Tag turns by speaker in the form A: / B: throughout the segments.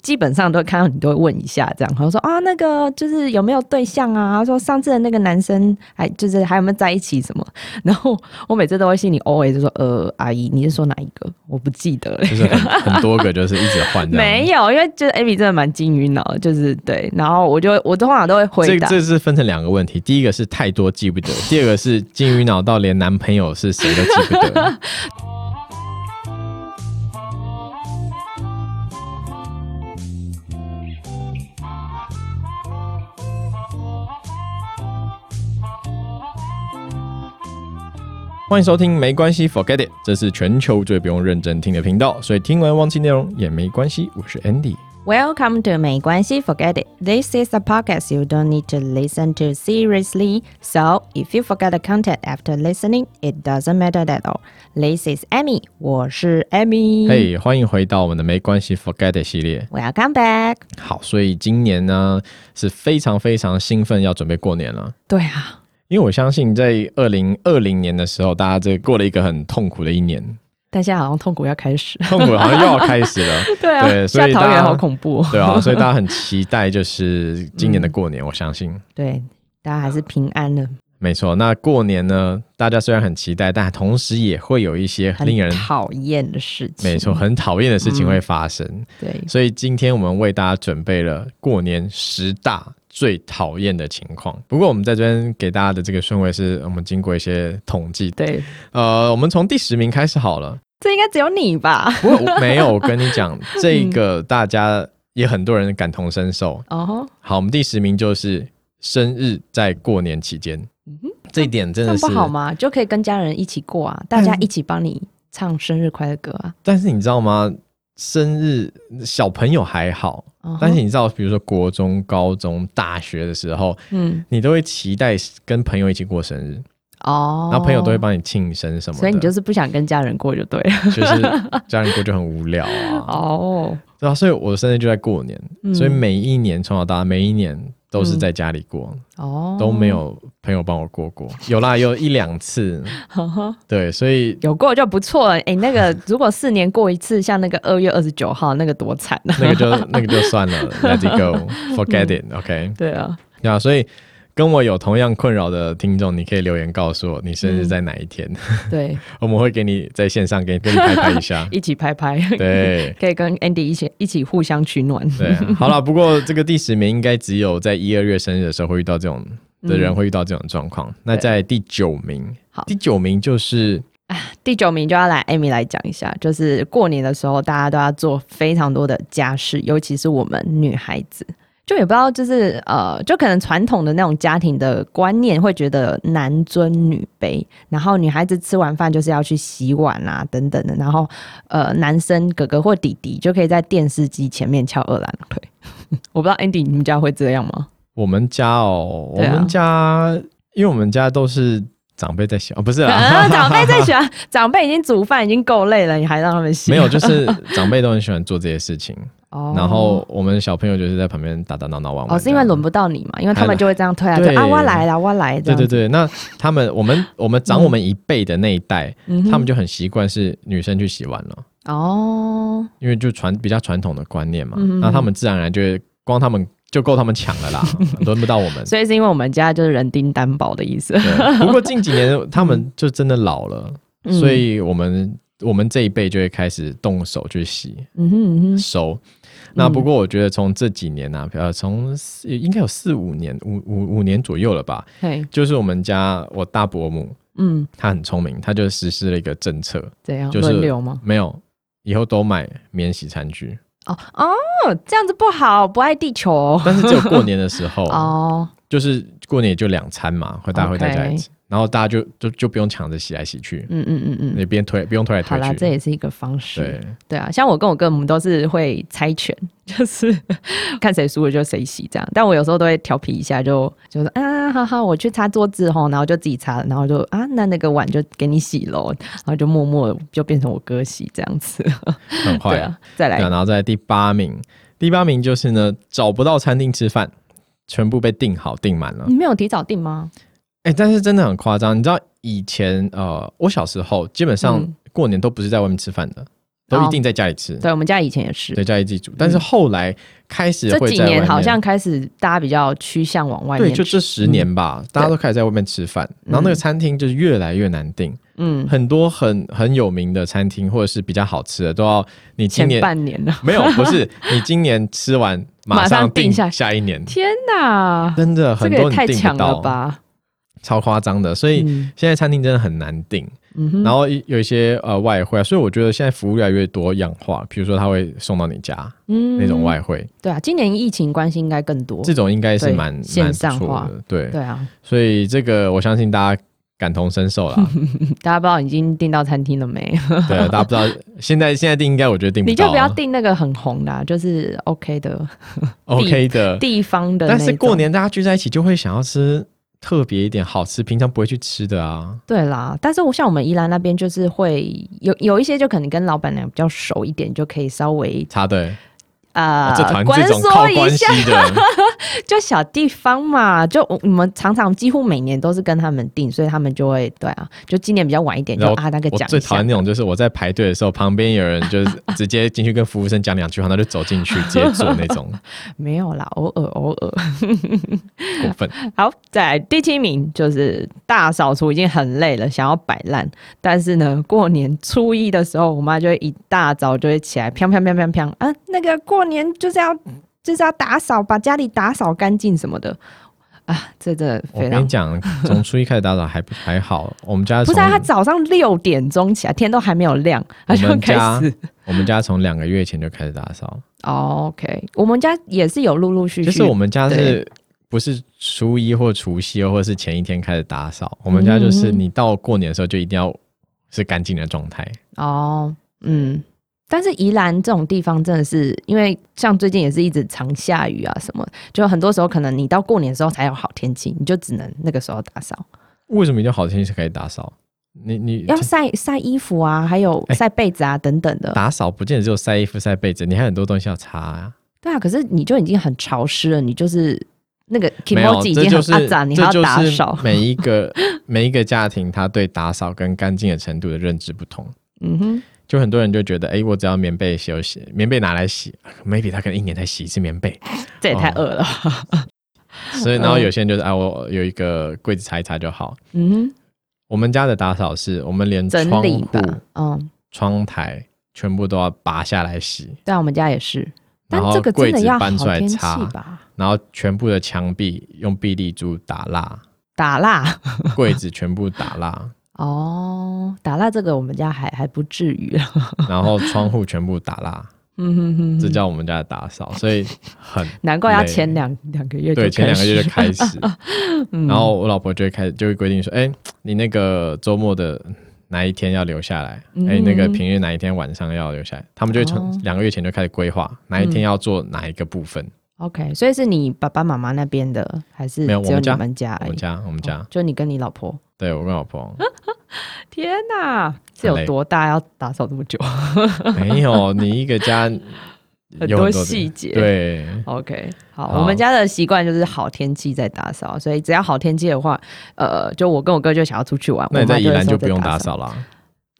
A: 基本上都看到你都会问一下，这样，然后说啊，那个就是有没有对象啊？他说上次的那个男生还就是还有没有在一起什么？ 然后我每次都会心里 O A 就说，呃，阿姨，你是说哪一个？我不记得了。
B: 就是很很多个，就是一直 换 这样。
A: 没有，因为就是 Abby 真的蛮金鱼脑的，就是对，然后我就我通常都会
B: 这
A: 回答，
B: 这是分成两个问题，第一个是太多记不得，第二个是金鱼脑到连男朋友是谁都记不得。欢迎收听，没关系，Forget it，这是全球最不用认真听的频道，所以听完忘记内容也没关系。我是 Andy，
A: Welcome to 没关系，Forget it. This is a podcast you don't need to listen to seriously. So if you forget the content after listening, it doesn't matter at all. This is Amy，我是 Amy。
B: 嘿、欢迎回到我们的没关系，Forget it 系列。
A: Welcome back。
B: 好，所以今年呢是非常非常兴奋，要准备过年了。
A: 对啊，
B: 因为我相信，在二零二零年的时候，大家这过了一个很痛苦的一年，
A: 但现在好像痛苦要开始。
B: 痛苦好像又要开始 了，
A: 对啊
B: 对
A: 现
B: 所
A: 在
B: 以
A: 桃
B: 大
A: 园
B: 家
A: 好恐怖、哦。
B: 对啊，所以大家很期待就是今年的过
A: 嗯
B: 年，我相信
A: 对，大家还是平安的，
B: 没错。那过年呢，大家虽然很期待，但同时也会有一些
A: 很
B: 令人
A: 讨厌嗯的事情。
B: 没错，很讨厌的事情会发生。
A: 对，
B: 所以今天我们为大家准备了过年十大最讨厌的情况。不过我们在这边给大家的这个顺位是，我们经过一些统计，
A: 对，
B: 呃，我们从第十名开始好了。
A: 这应该只有你吧？
B: 不过我没有，我跟你 讲，这个大家也很多人感同身受。
A: 哦、
B: 好，我们第十名就是生日在过年期间，
A: 嗯哼
B: 这一点真
A: 这样
B: 的是嗯
A: 不好吗？就可以跟家人一起过啊，大家一起帮你唱生日快乐歌啊。
B: 但是你知道吗？生日小朋友还好，
A: 嗯哼
B: 但是你知道，比如说国中、高中、大学的时候，
A: 嗯，
B: 你都会期待跟朋友一起过生日，
A: 哦，
B: 然后朋友都会帮你庆生什么的，
A: 所以你就是不想跟家人过就对了。
B: 就是家人过就很无 聊啊。
A: 哦，
B: 对啊，所以我的生日就在过年，
A: 嗯
B: 所以每一年从小到大，每一年都是在家里过，
A: 哦，
B: 都没有朋友帮我过过。有啦，有一两 次，
A: 呵呵，
B: 对，所以
A: 有过就不错了。哎，那个如果四年过一次，像那个二月二十九号那个多惨啊！
B: 那 个就那个就算了，Let it go，forget it，OK，、
A: 对啊，
B: 对啊，所以。跟我有同样困扰的听众，你可以留言告诉我你生
A: 嗯
B: 日在哪一天，
A: 对，。
B: 我们会给你在线上给你跟你拍拍一下
A: 一起拍拍，
B: 对，
A: 可以跟 Andy 一起一起互相取暖。
B: 对，啊 好了，不过这个第十名应该只有在一二月生日的时候会遇到这种
A: 嗯
B: 的人会遇到这种状况。那在第九名
A: 好，
B: 第九名就是
A: 第九名就要来 Amy 来讲一下，就是过年的时候，大家都要做非常多的家事，尤其是我们女孩子，就也不知道就是呃，就可能传统的那种家庭的观念会觉得男尊女卑，然后女孩子吃完饭就是要去洗碗啊等等的，然后呃，男生哥哥或弟弟就可以在电视机前面翘二郎腿。 我不知道 Andy 你们家会这样吗？
B: 我们家哦，我
A: 对啊
B: 们家，因为我们家都是长辈在洗，哦，不是 啦，
A: 啊、长辈最喜欢，长辈已经煮饭已经够累了，你还让他们洗？
B: 没有，就是长辈都很喜欢做这些事情，
A: 哦
B: 然后我们小朋友就是在旁边打打闹闹玩玩。
A: 哦，是因为轮不到你嘛？因为他们就会这样推啊，
B: 还
A: 就
B: 对
A: 啊，我来了，我来。
B: 对对
A: 这样子，
B: 对，那他们我们我们长我们一辈的那一代，
A: 嗯哼
B: 他们就很习惯是女生去洗碗了。
A: 哦，
B: 因为就传比较传统的观念嘛，
A: 嗯
B: 那他们自然而然就会光他们就够他们抢了啦，轮不到我们。
A: 嗯 所以是因为我们家就是人丁单薄的意 思。
B: 对不过近几年他们就真的老了，
A: 嗯
B: 所以我们我们这一辈就会开始动手去洗
A: 嗯哼嗯哼，
B: 收。那不过我觉得从这几年啊，呃，从四应该有四五年五五五年左右了吧，
A: 嘿，
B: 就是我们家我大伯母
A: 嗯，
B: 她很聪明，她就实施了一个政策，
A: 怎样
B: 就是
A: 轮流吗？
B: 没有以后都买免洗餐具，
A: 哦哦，这样子不好，不爱地球哦。
B: 但是只有过年的时候
A: 哦
B: 就是过年也就两餐嘛，会大家会在家里吃然后大家就就就不用抢着洗来洗去，
A: 嗯嗯嗯嗯，
B: 也边推不用推来
A: 好
B: 推
A: 啦，
B: 去。
A: 这也是一个方式。
B: 对，
A: 对啊，像我跟我哥，我们都是会猜拳， 就是看谁输了就谁洗这样。但我有时候都会调皮一下，就就说啊，好好，我去擦桌子吼，然后就自己擦，然后就啊，那那个碗就给你洗喽，然后就默默地就变成我哥洗这样子。对
B: 很坏。
A: 啊，再
B: 对
A: 来
B: 啊，然后在第八名，第八名就是呢，找不到餐厅吃饭，全部被订好订满了。
A: 你没有提早订吗？
B: 哎、但是真的很夸张，你知道以前呃，我小时候基本上
A: 嗯哦
B: 过年都不是在外面吃饭的，都一定在家里吃，
A: 对我们家以前也是，
B: 在家里自己煮。但是后来开始
A: 这
B: 会
A: 几
B: 在外
A: 年
B: 面
A: 好像嗯开始大家比较趋向往外
B: 对，
A: 面
B: 就
A: 吃，
B: 这十年吧，大家都开始在外面吃饭，然后那个餐厅就是越来越难订，
A: 嗯，
B: 很多很很有名的餐厅或者是比较好吃的都要你今
A: 前
B: 年
A: 半年了，
B: 没有，不是你今年吃完 马
A: 马
B: 上
A: 上定
B: 定
A: 下
B: 下一年，
A: 天哪，
B: 真
A: 这
B: 的很
A: 个
B: 多
A: 也
B: 你
A: 太
B: 订
A: 强
B: 不
A: 了
B: 到，
A: 吧？
B: 超夸张的，所以。
A: 嗯
B: 现在餐厅真的很难订，
A: 嗯哼，
B: 然后有一些呃外汇啊，所以我觉得现在服务越来越多样化，比如说他会送到你家
A: 嗯
B: 那种外汇，
A: 对啊，今年疫情关系应该更多，
B: 这种应该
A: 嗯
B: 是
A: 对
B: 蛮蛮
A: 线
B: 不
A: 上
B: 错
A: 化
B: 的，对，
A: 对啊，
B: 所以这个我相信大家感同身受啦，
A: 大家不知道已经订到餐厅了没？
B: 对啊，大家不知道现在现在订应该我觉得订
A: 你
B: 到
A: 就
B: 啊，
A: 不要订那个很红的啊、就是 OK 的
B: OK 的，
A: 地方的那
B: 但
A: 种。
B: 是过年大家聚在一起就会想要吃特别一点好吃，平常不会去吃的啊。
A: 对啦，但是我像我们宜兰那边就是会有有一些就可能跟老板娘比较熟一点，就可以稍微
B: 插队，
A: 呃
B: 啊这团
A: 关
B: 这种靠
A: 缩一
B: 关系
A: 下，
B: 的，
A: 就小地方嘛，就我们常常几乎每年都是跟他们订，所以他们就会对啊，就今年比较晚一点就
B: 然后
A: 啊那个
B: 我
A: 讲
B: 最
A: 一
B: 讨
A: 下
B: 厌。那种，就是我在排队的时候，旁边有人就是直接进去跟服务生讲两句话，他就走进去直接做那 种
A: 没有啦，偶尔偶尔。
B: 过分。
A: 好，再来第七名就是大扫除已经很累了，想要摆烂，但是呢，过年初一的时候，我妈就会一大早就会起来，砰砰砰砰砰啊，那个过年就是要就是要打扫，把家里打扫干净什么的啊，这真的
B: 我
A: 非
B: 跟
A: 常
B: 你。讲，从初一开始打扫还不还好，我们家
A: 不
B: 从
A: 是啊，她早上六点钟起来，天都还没有亮，她就
B: 我们
A: 开
B: 家
A: 始。
B: 我们家从两个月前就开始打 扫，
A: 哦 OK，我们家也是有陆陆续续，
B: 就是我们家是
A: 对
B: 不是初一或除夕，或者是前一天开始打扫？我们家就是
A: 嗯
B: 你到过年的时候就一定要是干净的状态。
A: 哦，嗯，但是宜兰这种地方真的是，因为像最近也是一直常下雨啊什么，就很多时候可能你到过年的时候才有好天气，你就只能那个时候打扫，
B: 为什么一定要好天气才可以打扫？你你
A: 要晒晒衣服啊，还有
B: 哎
A: 晒被子啊、等等的。
B: 打扫不见得只有晒衣服、晒被子，你还有很多东西要擦啊。
A: 对啊，可是你就已经很潮湿了，你就是那个 k
B: 没
A: i m
B: 有
A: o，j i 已
B: 这
A: 经
B: 就是
A: 很阿杂，你还
B: 这
A: 要
B: 就
A: 打
B: 是
A: 扫。
B: 每一个 每一个家庭他对打扫跟干净的程度的认知不同。
A: 嗯哼，
B: 就很多人就觉得，哎、我只要棉被洗，我洗棉被拿来洗，maybe 他可能一年才洗一次棉 被，
A: 这也太
B: 哦
A: 恶了。
B: 所以然后有些人就是，哎、啊，我有一个柜子擦一擦就好。
A: 嗯
B: 我们家的打扫是我们连
A: 哼，整
B: 窗
A: 理
B: 户、
A: 吧。嗯，
B: 窗台全部都要拔下来洗，
A: 对啊，我们家也是。但
B: 然后
A: 这个真
B: 柜
A: 的
B: 子
A: 要好
B: 搬出来
A: 天气
B: 擦
A: 吧？
B: 然后全部的墙壁用碧丽珠打蜡，
A: 打蜡。
B: 柜子全部打蜡，
A: 哦，打蜡这个我们家还还不至于了。
B: 然后窗户全部打蜡，
A: 嗯哼哼
B: 这
A: 哼，
B: 叫我们家的打 扫，所以很
A: 难怪要
B: 累
A: 前两两个月就
B: 对，前两个月就
A: 开始。嗯
B: 开 始，然后我老婆就会开始就会规定说，哎、你那个周末的哪一天要留下来？哎、那个平日哪一天晚上要留下来？他们就会从
A: 嗯哦嗯
B: 两个月前就开始规划哪一天要做哪一个部分。
A: OK，所以是你爸爸妈妈那边的，还是
B: 没有
A: 只
B: 我们
A: 你
B: 家
A: 们家而
B: 我
A: 已？
B: 们家，我们家，
A: 哦就你跟你老婆。
B: 对我跟老婆
A: 天哪，是有
B: 很累
A: 多大要打扫这么久？
B: 没有你一个家
A: 很
B: 有
A: 多
B: 的
A: 细节
B: 对，
A: OK，好，
B: 好
A: 我们家的习惯就是好天气再打扫，所以只要好天气的话，呃，就我跟我哥就想要出去玩，
B: 那你
A: 我妈
B: 在宜
A: 会
B: 兰
A: 说
B: 就
A: 再
B: 不用
A: 打
B: 打。扫啦。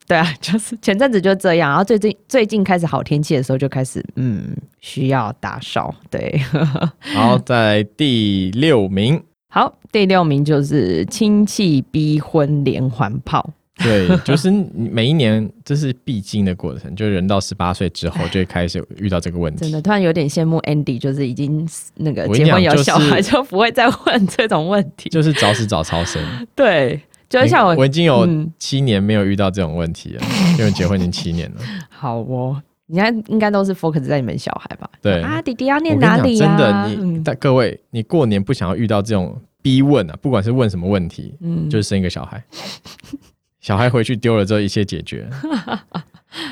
A: 对啊，就是前阵子就这样，然后最近最近开始好天气的时候就开始，嗯，需要打扫。对，
B: 然后在第六名，
A: 好，第六名就是亲戚逼婚连环炮。
B: 对，就是你每一年这是必经的过程，就人到十八岁之后就会开始遇到这个问
A: 真
B: 题
A: 的，。突然有点羡慕 Andy，就是已经那个
B: 我跟你
A: 结婚
B: 讲
A: 有小孩，
B: 就是
A: 就不会再问这种问题。
B: 就是早死早超生，
A: 对，就像我
B: 我已经有
A: 嗯
B: 七年没有遇到这种问题了，因为结婚已经七年了。
A: 好哦，你看应该都是 focus 在你们小孩吧？
B: 对
A: 啊，弟弟要
B: 我跟
A: 念
B: 你
A: 哪
B: 讲，
A: 里
B: 真
A: 呀、
B: 的，你
A: 嗯
B: 但各位，你过年不想要遇到这种逼问啊，不管是问什么问题，
A: 嗯
B: 就是生一个 小孩，小孩回去丢了之后一切解决。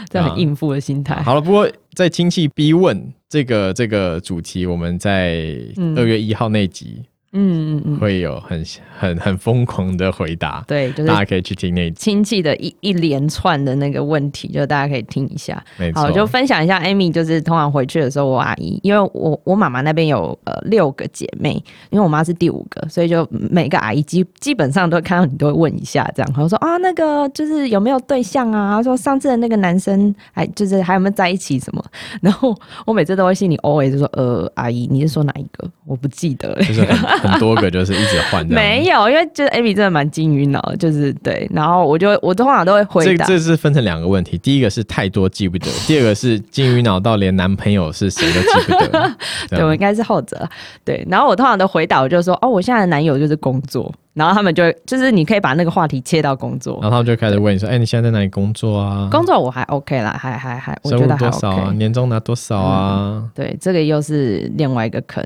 A: 这很应付的心态。
B: 好了，不过在亲戚逼问这个这个主题，我们在
A: 嗯
B: 二月一号那集、
A: 嗯嗯嗯，
B: 会有很很很疯狂的回答。
A: 对，就是
B: 大家可以去听那一集，
A: 亲戚的一一连串的那个问题，就大家可以听一下。
B: 没
A: 好，
B: 错，
A: 就分享一下 Amy，就是通常回去的时候，我阿姨，因为我我妈妈那边有呃六个姐妹，因为我妈是第五个，所以就每个阿姨基基本上都看到你都会问一下这样，然后说啊那个就是有没有对象啊，她说上次的那个男生还就是还有没有在一起什么，然后我每次都会心里 always 就说呃阿姨你是说哪一个？我不记得了。
B: 就是很很多个，就是一直换这样。
A: 没有，因为就是 Amy 真的蛮金鱼脑的，就是对，然后我就我通常都会回
B: 这
A: 答，
B: 这是分成两个问题，第一个是太多记不 得，第二个是金鱼脑到连男朋友是谁都记不 得。这
A: 对，我
B: 样
A: 应该是后者。对，然后我通常的回答我就说，哦，我现在的男友就是工作，然后他们就会就是你可以把那个话题切到工作，
B: 然后他们就开始问你说：“哎、你现在在哪里工作啊？
A: 工作我还 OK 啦，还还还，我
B: 收
A: 觉
B: 入
A: 得还
B: 多少啊？
A: OK。嗯
B: 年终拿多少啊？
A: 对，这个又是另外一个 坑。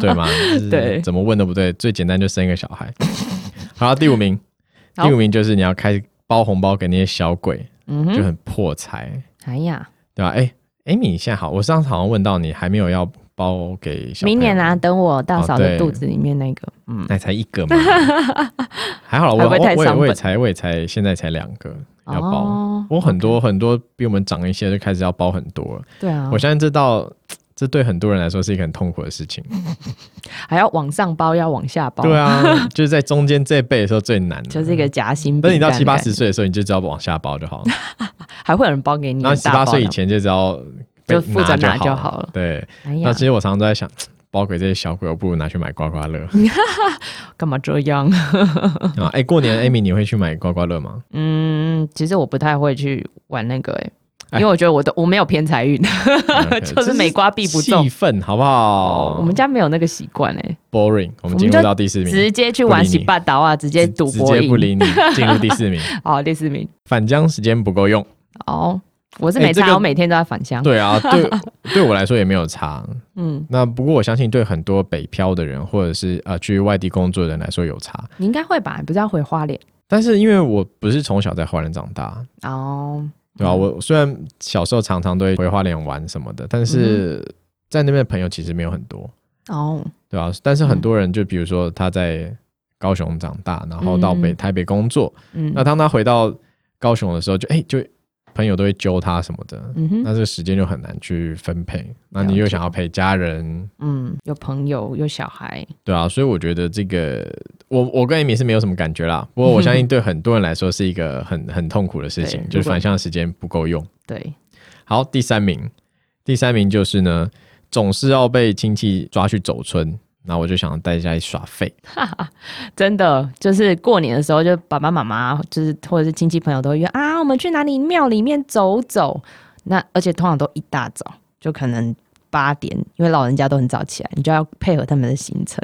B: 对吗？就是
A: 对
B: 怎么问都不对，最简单就生一个小孩。 好，第五名，
A: 好
B: 第五名就是你要开始包红包给那些小鬼，
A: 嗯
B: 就
A: 哼，
B: 很破财，
A: 哎呀，
B: 对吧？哎、艾米，你现在好，我上次好像问到你还没有要包给小朋友
A: 明年啊，，等我大嫂
B: 哦
A: 的
B: 对
A: 肚子里面那个，嗯，
B: 那才一 个嘛，还好啦，
A: 还不
B: 我
A: 会太
B: 我我也
A: 伤
B: 我也
A: 本
B: 才我也才现在才两个要包。
A: 哦，
B: 我很多很多比我们长一些就开始要包很多了，
A: 对啊
B: 我，相信这到这对很多人来说是一个很痛苦的事情。
A: 还要往上包，要往下包，
B: 对，啊，就是在中间这一辈的时候最难 的，
A: 就是一个夹心饼
B: 等
A: 干
B: 你
A: 的
B: 到
A: 感觉。
B: 七八十岁的时候，你就只要往下包就好 了。
A: 还会有人包给你，
B: 然后
A: 很
B: 十
A: 大包
B: 八岁以
A: 的
B: 前就只要
A: 就
B: 被
A: 负责拿就
B: 就
A: 好了。
B: 对，
A: 哎
B: 那
A: 呀
B: 其，实我常常都在想，包给这些小鬼，我不如拿去买刮 刮乐
A: 干嘛这样？
B: 啊！哎，过年 Amy 你会去买刮刮乐 吗？
A: 嗯，其实我不太会去玩那个、欸，
B: 哎
A: 因为我觉得我的我没有偏财运，
B: OK，
A: 就是每刮必不中
B: 气。氛好不
A: 哦
B: 好？
A: 我们家没有那个习惯哎，
B: boring，我们进
A: 我们就
B: 入到第四名，
A: 直接去玩
B: 不理你
A: 洗八刀啊，直接
B: 直
A: 赌
B: 直
A: 博
B: 接
A: 赢
B: 不。理你，进入第 四名。
A: 哦，第四名
B: 返乡时间不 够用，
A: 哦，我是
B: 哎
A: 没差，
B: 这个
A: 我每天都在返乡。
B: 对啊，对对我来说也没有差。
A: 嗯，
B: 那不过我相信对很多北漂的人，或者是呃去外地工作的人来说有差。
A: 你应该会吧？你不是要回花莲
B: 但是因为我不是从小在花莲长大，
A: 哦？
B: 对吧、
A: 嗯
B: 我虽然小时候常常都会回花莲玩什么的，但
A: 嗯
B: 是在那边的朋友其实没有很多，
A: 哦，
B: 对吧、但是很多人就比如说他在高雄长大，然后到北
A: 嗯
B: 台北工作，
A: 嗯，
B: 那当他回到高雄的时候就，哎就朋友都会揪他什么的，
A: 嗯哼，
B: 那这个时间就很难去分配。那
A: 了
B: 你又
A: 解
B: 想要陪家人，
A: 嗯，有朋友，有小孩，
B: 对啊，所以我觉得这个我我跟 Amy 是没有什么感觉啦。不过我 相信对很多人来说是一个很很痛苦的事情
A: 对，
B: 就
A: 如
B: 是
A: 果
B: 反向时间不够用。
A: 对，
B: 好，第三名，第三名就是呢，总是要被亲戚抓去走村。那我就想带家里耍废，
A: 真的就是过年的时候，就爸爸妈妈就是或者是亲戚朋友都会约啊，我们去哪里庙里面走走。那而且通常都一大早，就可能八点，因为老人家都很早起来，你就要配合他们的行程。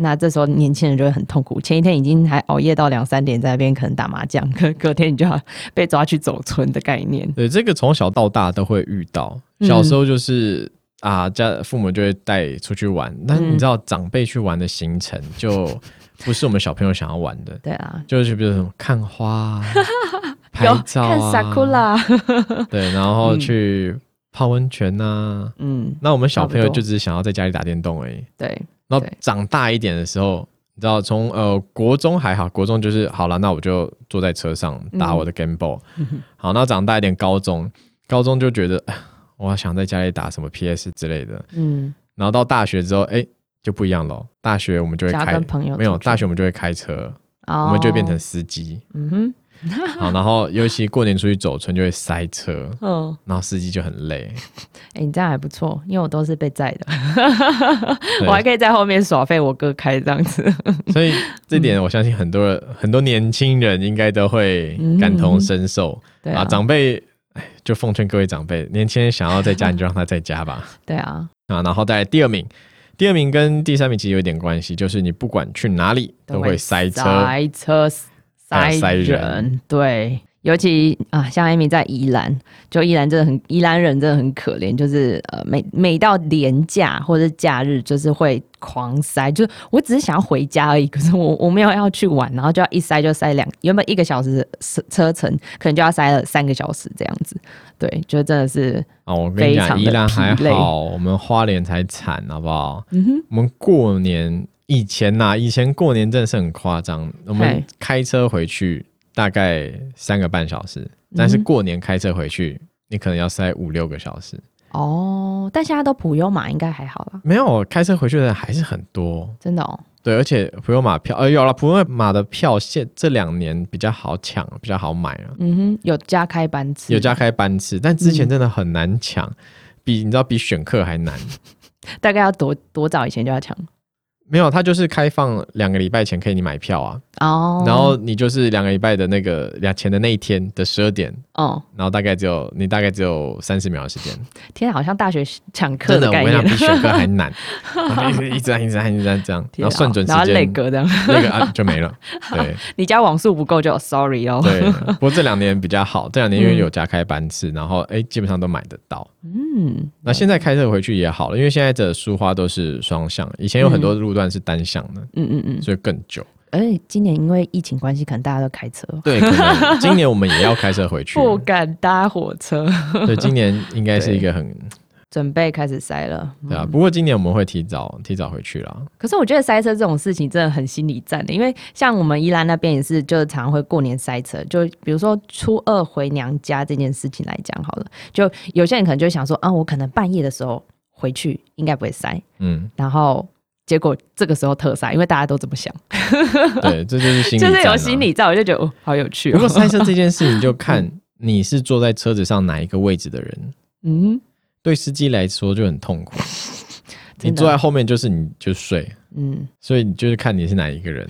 A: 那这时候年轻人就会很痛苦，前一天已经还熬夜到两三点，在那边可能打麻将，可隔天你就要被抓去走村的概 念。
B: 对这个从小到大都会遇到。
A: 嗯
B: 小时候就是、啊，家父母就会带出去玩，但
A: 嗯
B: 你知道长辈去玩的行程 就不是我们小朋友想要玩的。
A: 对啊，
B: 就是比如什么看花、 啊、拍
A: 有
B: 照、啊、
A: 看 sakura，
B: 对，然后
A: 嗯
B: 去泡温泉呐、
A: 嗯，
B: 那我们小朋友
A: 差不多
B: 就只是想要在家里打电动而已。
A: 对，
B: 然后
A: 对
B: 长大一点的时候，你知道从呃国中还好，国中就是好了，那我就坐在车上
A: 嗯
B: 打我的 Game Boy、好，那长大一点，高中高中就觉得哎我想在家里打什么 PS 之类的。
A: 嗯，
B: 然后到大学之后，哎、就不一样了。大学我们就会
A: 想要
B: 开
A: 跟，朋友
B: 没有
A: 出去
B: 大学我们就会开车，
A: 哦
B: 我们就会变成司机。
A: 嗯哼，
B: 好，然后尤其过年出去走村就会塞车，
A: 嗯。
B: 然后司机就很 累。
A: 哎、你这样还不错，因为我都是被载的，
B: 对
A: 我还可以在后面耍废，我哥开这样子。
B: 所以这点我相信很多人、很多年轻人应该都会感同身受、
A: 对
B: 嗯啊。
A: 啊，
B: 长辈，哎，就奉劝各位长辈，年轻人想要在家，你就让他在家吧。
A: 对啊，
B: 啊，然后再来第二名，第二名跟第三名其实有点关系，就是你不管去哪里都会塞车。
A: 塞车、
B: 还
A: 塞
B: 有塞人
A: 人，对。尤其啊，像艾米在宜兰，就宜兰真的很，宜兰人真的很可怜，就是呃，每每到年假或者假日，就是会狂塞，就是我只是想要回家而已，可是我我没有要去玩，然后就要一塞就塞两，原本一个小时的车车程，可能就要塞了三个小时这样子，对，就真的是
B: 啊，我跟你
A: 非常
B: 讲，
A: 的
B: 宜兰还
A: 疲累
B: 好，我们花莲才惨，好不好？嗯哼，我们过年以前呐、以前过年真的是很夸张，我们
A: 嗨
B: 开车回去大概三个半小时，但是
A: 嗯
B: 过年开车回去，你可能要塞五六个小时。
A: 哦，但现在都普悠玛应该还好啦，
B: 没有开车回去的人还是很多，
A: 真的哦。
B: 对，而且普悠马票，呃，有了普悠马的票，现这两年比较好抢，比较好买了，
A: 嗯哼，有加开班次，
B: 有加开班次，但之
A: 嗯
B: 前真的很难抢，比你知道比选课还难。
A: 大概要多多早以前就要抢
B: 没有，它就是开放两个礼拜前可以你买票啊，
A: 哦。
B: 然后你就是两个礼拜的那个两前的那一天的十二点，
A: 哦，
B: 然后大概只有你大概只有三十秒的时 间，
A: 天啊，好像大学抢课
B: 真的，我
A: 概
B: 跟你讲比
A: 念，
B: 选课还 难，一直一直按一直按一直按这样，
A: 天啊
B: 然后算准时
A: 然后累
B: 间
A: 格这样，
B: 那个啊按就没 了，对。
A: 你家网速不够就 sorry 哦。
B: 对，不过这两年比较好，这两年因为有加开班次，然后哎、基本上都买得到。
A: 嗯，
B: 那现在开车回去也好了，因为现在的苏花都是双向，以前有很多路段是单向的，
A: 嗯嗯嗯，
B: 所以更久。
A: 而且哎今年因为疫情关系，可能大家都开车，
B: 对，可能今年我们也要开车回去，
A: 不敢搭火车，
B: 对，今年应该是一个很
A: 准备开始塞了。
B: 对啊。不过今年我们会提早提早回去啦。
A: 可是我觉得塞车这种事情真的很心理战的，欸因为像我们宜兰那边也是，就是常会过年塞车。就比如说初二回娘家这件事情来讲好了，就有些人可能就会想说，啊，我可能半夜的时候回去应该不会塞，
B: 嗯，
A: 然后结果这个时候特塞，因为大家都这么想，
B: 对，这就是心理、
A: 就
B: 战
A: 是有
B: 啊
A: 心。理战，我就觉得哦，好有趣
B: 不过
A: 哦。
B: 塞车这件事情，就看你是坐在车子上哪一个位置的人。
A: 嗯
B: 对司机来说就很 痛苦，你
A: 真的
B: 坐在后面就是你就睡，
A: 嗯，
B: 所以你就是看你是哪一个人。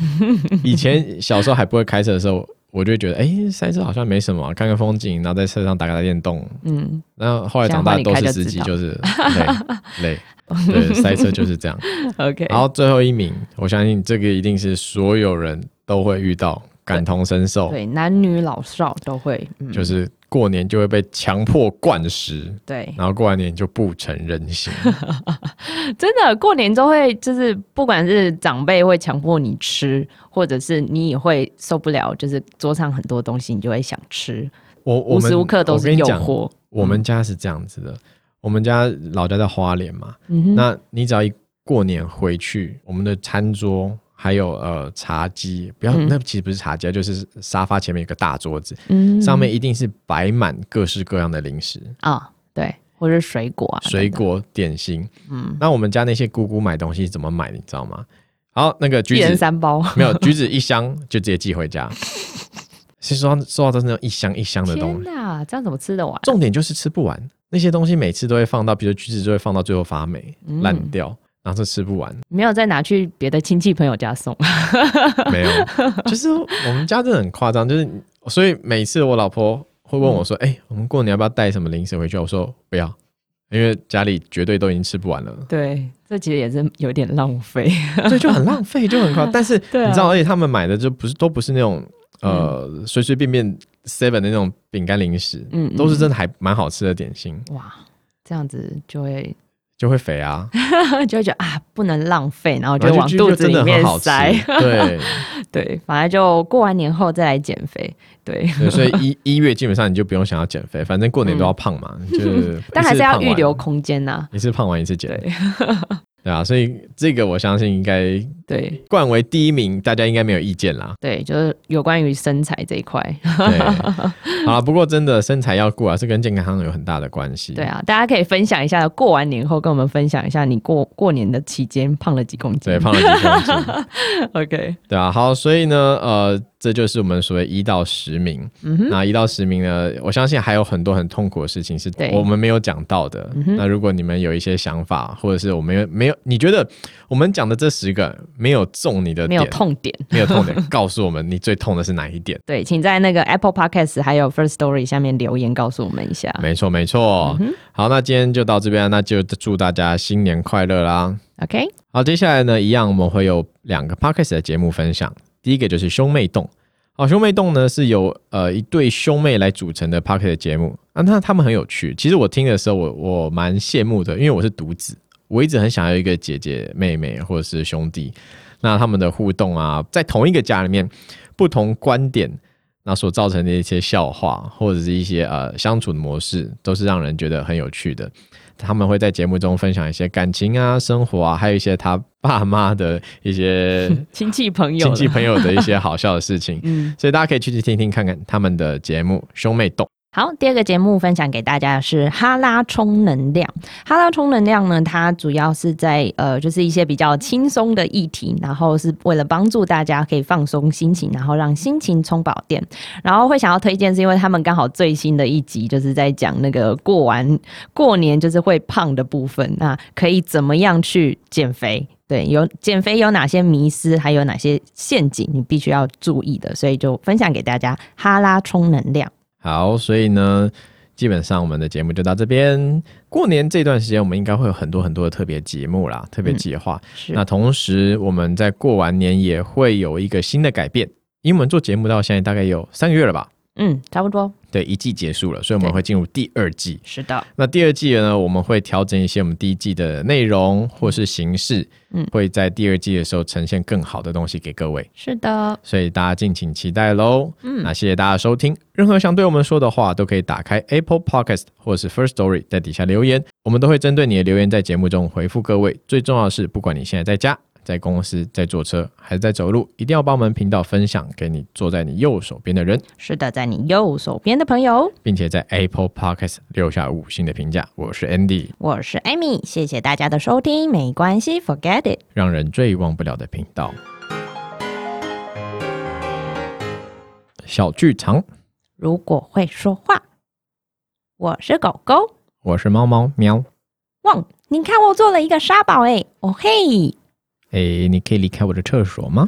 B: 以前小时候还不会开车的时候，我就会觉得，哎、塞车好像没什么，看看风景，然后在车上打打电动。
A: 嗯，
B: 那后来长大都是司机，
A: 想换
B: 就是累累，对，塞车就是 这样。
A: OK，
B: 然后最后一名，我相信这个一定是所有人都会遇到，感同身受，
A: 对，男女老少都会，嗯，
B: 就是过年就会被强迫灌食，
A: 对，
B: 然后过完年就不成人形。
A: 真的过年都会，就是不管是长辈会强迫你吃，或者是你也会受不了，就是桌上很多东西你就会想吃，
B: 我我
A: 无
B: 们
A: 时无刻都
B: 我
A: 是
B: 跟你
A: 诱
B: 讲，
A: 惑。嗯
B: 我们家是这样子的，我们家老家在花莲嘛，
A: 嗯哼，
B: 那你只要一过年回去，我们的餐桌还有呃茶几，不要、
A: 嗯
B: 那其实不是茶几啊，就是沙发前面有个大桌子，
A: 嗯
B: 上面一定是摆满各式各样的零食、
A: 啊、对，或者是水果啊，
B: 水
A: 等
B: 果、点心。
A: 等，嗯，
B: 那我们家那些姑姑买东西怎么买，你知道吗？好，那个
A: 一
B: 橘
A: 人
B: 子
A: 三包，
B: 没有橘子一箱就直接寄 回家，是收到收到都是那种一箱一箱的东西
A: 天。哪，这样怎么吃得完？啊
B: 重点就是吃不完，那些东西每次都会放到，比如橘子就会放到最后发霉
A: 嗯
B: 烂、掉，然后就吃不完。
A: 没有再拿去别的亲戚朋友家送，，
B: 没有，就是我们家真的很夸张，就是所以每次我老婆会问我说：“哎、我们过年要不要带什么零食回去？”我说：“不要，因为家里绝对都已经吃不完了
A: 对，这其实也是有点浪费。
B: 所以就很浪费，就 很夸张。但是
A: 对啊嗯
B: 你知道，而且他们买的就不是都不是那种呃随随便便 seven 的那种饼干零食，
A: 嗯嗯
B: 都是真的还蛮好吃的点心，
A: 哇，这样子就会
B: 就会肥啊，
A: 就会觉得啊，不能浪费，然后就
B: 然后
A: 往
B: 就
A: 肚
B: 就
A: 子
B: 真
A: 里
B: 的很
A: 面
B: 好吃
A: 塞。。
B: 对。”
A: 对，反正就过完年后再来减肥。 对，
B: 对，所以一一月基本上你就不用想要减肥，反正过年都要胖嘛，就是
A: 嗯 但还是要预留
B: 一次胖完
A: 空间呐、
B: 一次胖完一次减，
A: 对
B: 对啊，所以这个我相信应该
A: 对。
B: 冠为第一名，大家应该没有意见啦
A: 对，就是有关于身材这一块。
B: 对，好了，不过真的身材要顾啊，这跟健康有很大的关系。
A: 对，啊，大家可以分享一下，过完年后跟我们分享一下你过过年的期间胖了几公斤。
B: 对，胖了几公斤，
A: OK，
B: 对啊，好，所以呢，呃，这就是我们所谓一到十名。
A: 嗯哼，
B: 那一到十名呢，我相信还有很多很痛苦的事情是
A: 对
B: 我们没有讲到的。
A: 嗯哼
B: 那如果你们有一些想法，或者是我们有没有，你觉得我们讲的这十个没有中你的
A: 没
B: 点，
A: 有痛点。
B: 没有痛点，告诉我们你最痛的是哪一点？
A: 对，请在那个 Apple Podcast 还有 First Story 下面留言告诉我们一下。
B: 没错，没错。好，那今天就到这边，那就祝大家新年快乐啦！
A: OK，
B: 好，接下来呢，一样我们会有两个 podcast 的节目分享。第一个就是兄妹洞，好，兄妹洞呢是由呃一对兄妹来组成的 podcast 的节目啊，那他们很有趣。其实我听的时候我，我蛮羡慕的，因为我是独子，我一直很想要一个姐姐、妹妹或者是兄弟。那他们的互动啊，在同一个家里面，不同观点。那所造成的一些笑话，或者是一些呃相处的模式，都是让人觉得很有趣的。他们会在节目中分享一些感情啊、生活啊，还有一些他爸妈的一些
A: 亲戚 朋友
B: 亲
A: 了，
B: 戚朋友的一些好笑的事情。
A: 嗯，
B: 所以大家可以去听听看看他们的节目《兄妹洞》。
A: 好，第二个节目分享给大家的是哈拉充能量。哈拉充能量呢，它主要是在呃，就是一些比较轻松的议题，然后是为了帮助大家可以放松心情，然后让心情充饱电。然后会想要推荐，是因为他们刚好最新的一集就是在讲那个过完过年就是会胖的部分，那可以怎么样去减肥？对，有减肥有哪些迷思，还有哪些陷阱你必须要注意的，所以就分享给大家哈拉充能量。
B: 好，所以呢，基本上我们的节目就到这边。过年这段时间，我们应该会有很多很多的特别节目啦，特别计划。
A: 嗯是
B: 那同时，我们在过完年也会有一个新的改变，因为我们做节目到现在大概有三个月了吧。
A: 嗯，差不多，
B: 对，一季结束了，所以我们
A: 对
B: 会进入第二季。
A: 是的，
B: 那第二季呢，我们会调整一些我们第一季的内容或是形式，
A: 嗯
B: 会在第二季的时候呈现更好的东西给各位。
A: 是的，
B: 所以大家敬请期待喽。
A: 嗯
B: 那谢谢大家收听。任何想对我们说的话，都可以打开 Apple Podcast 或是 First Story，在底下留言，我们都会针对你的留言在节目中回复各位。最重要的是，不管你现在在家、在公司、在坐车还是在走路，一定要帮我们频道分享给你坐在你右手边的人，
A: 是的，在你右手边的朋友，
B: 并且在 Apple Podcast 留下五星的评价。我是 Andy，
A: 我是 Amy，谢谢大家的收听，没关系，Forget it。
B: 让人最忘不了的频道。小剧场，
A: 如果会说话，我是狗狗，
B: 我是猫猫喵。
A: 汪，你看我做了一个沙堡，哎，哦嘿，
B: 诶，你可以离开我的厕所吗？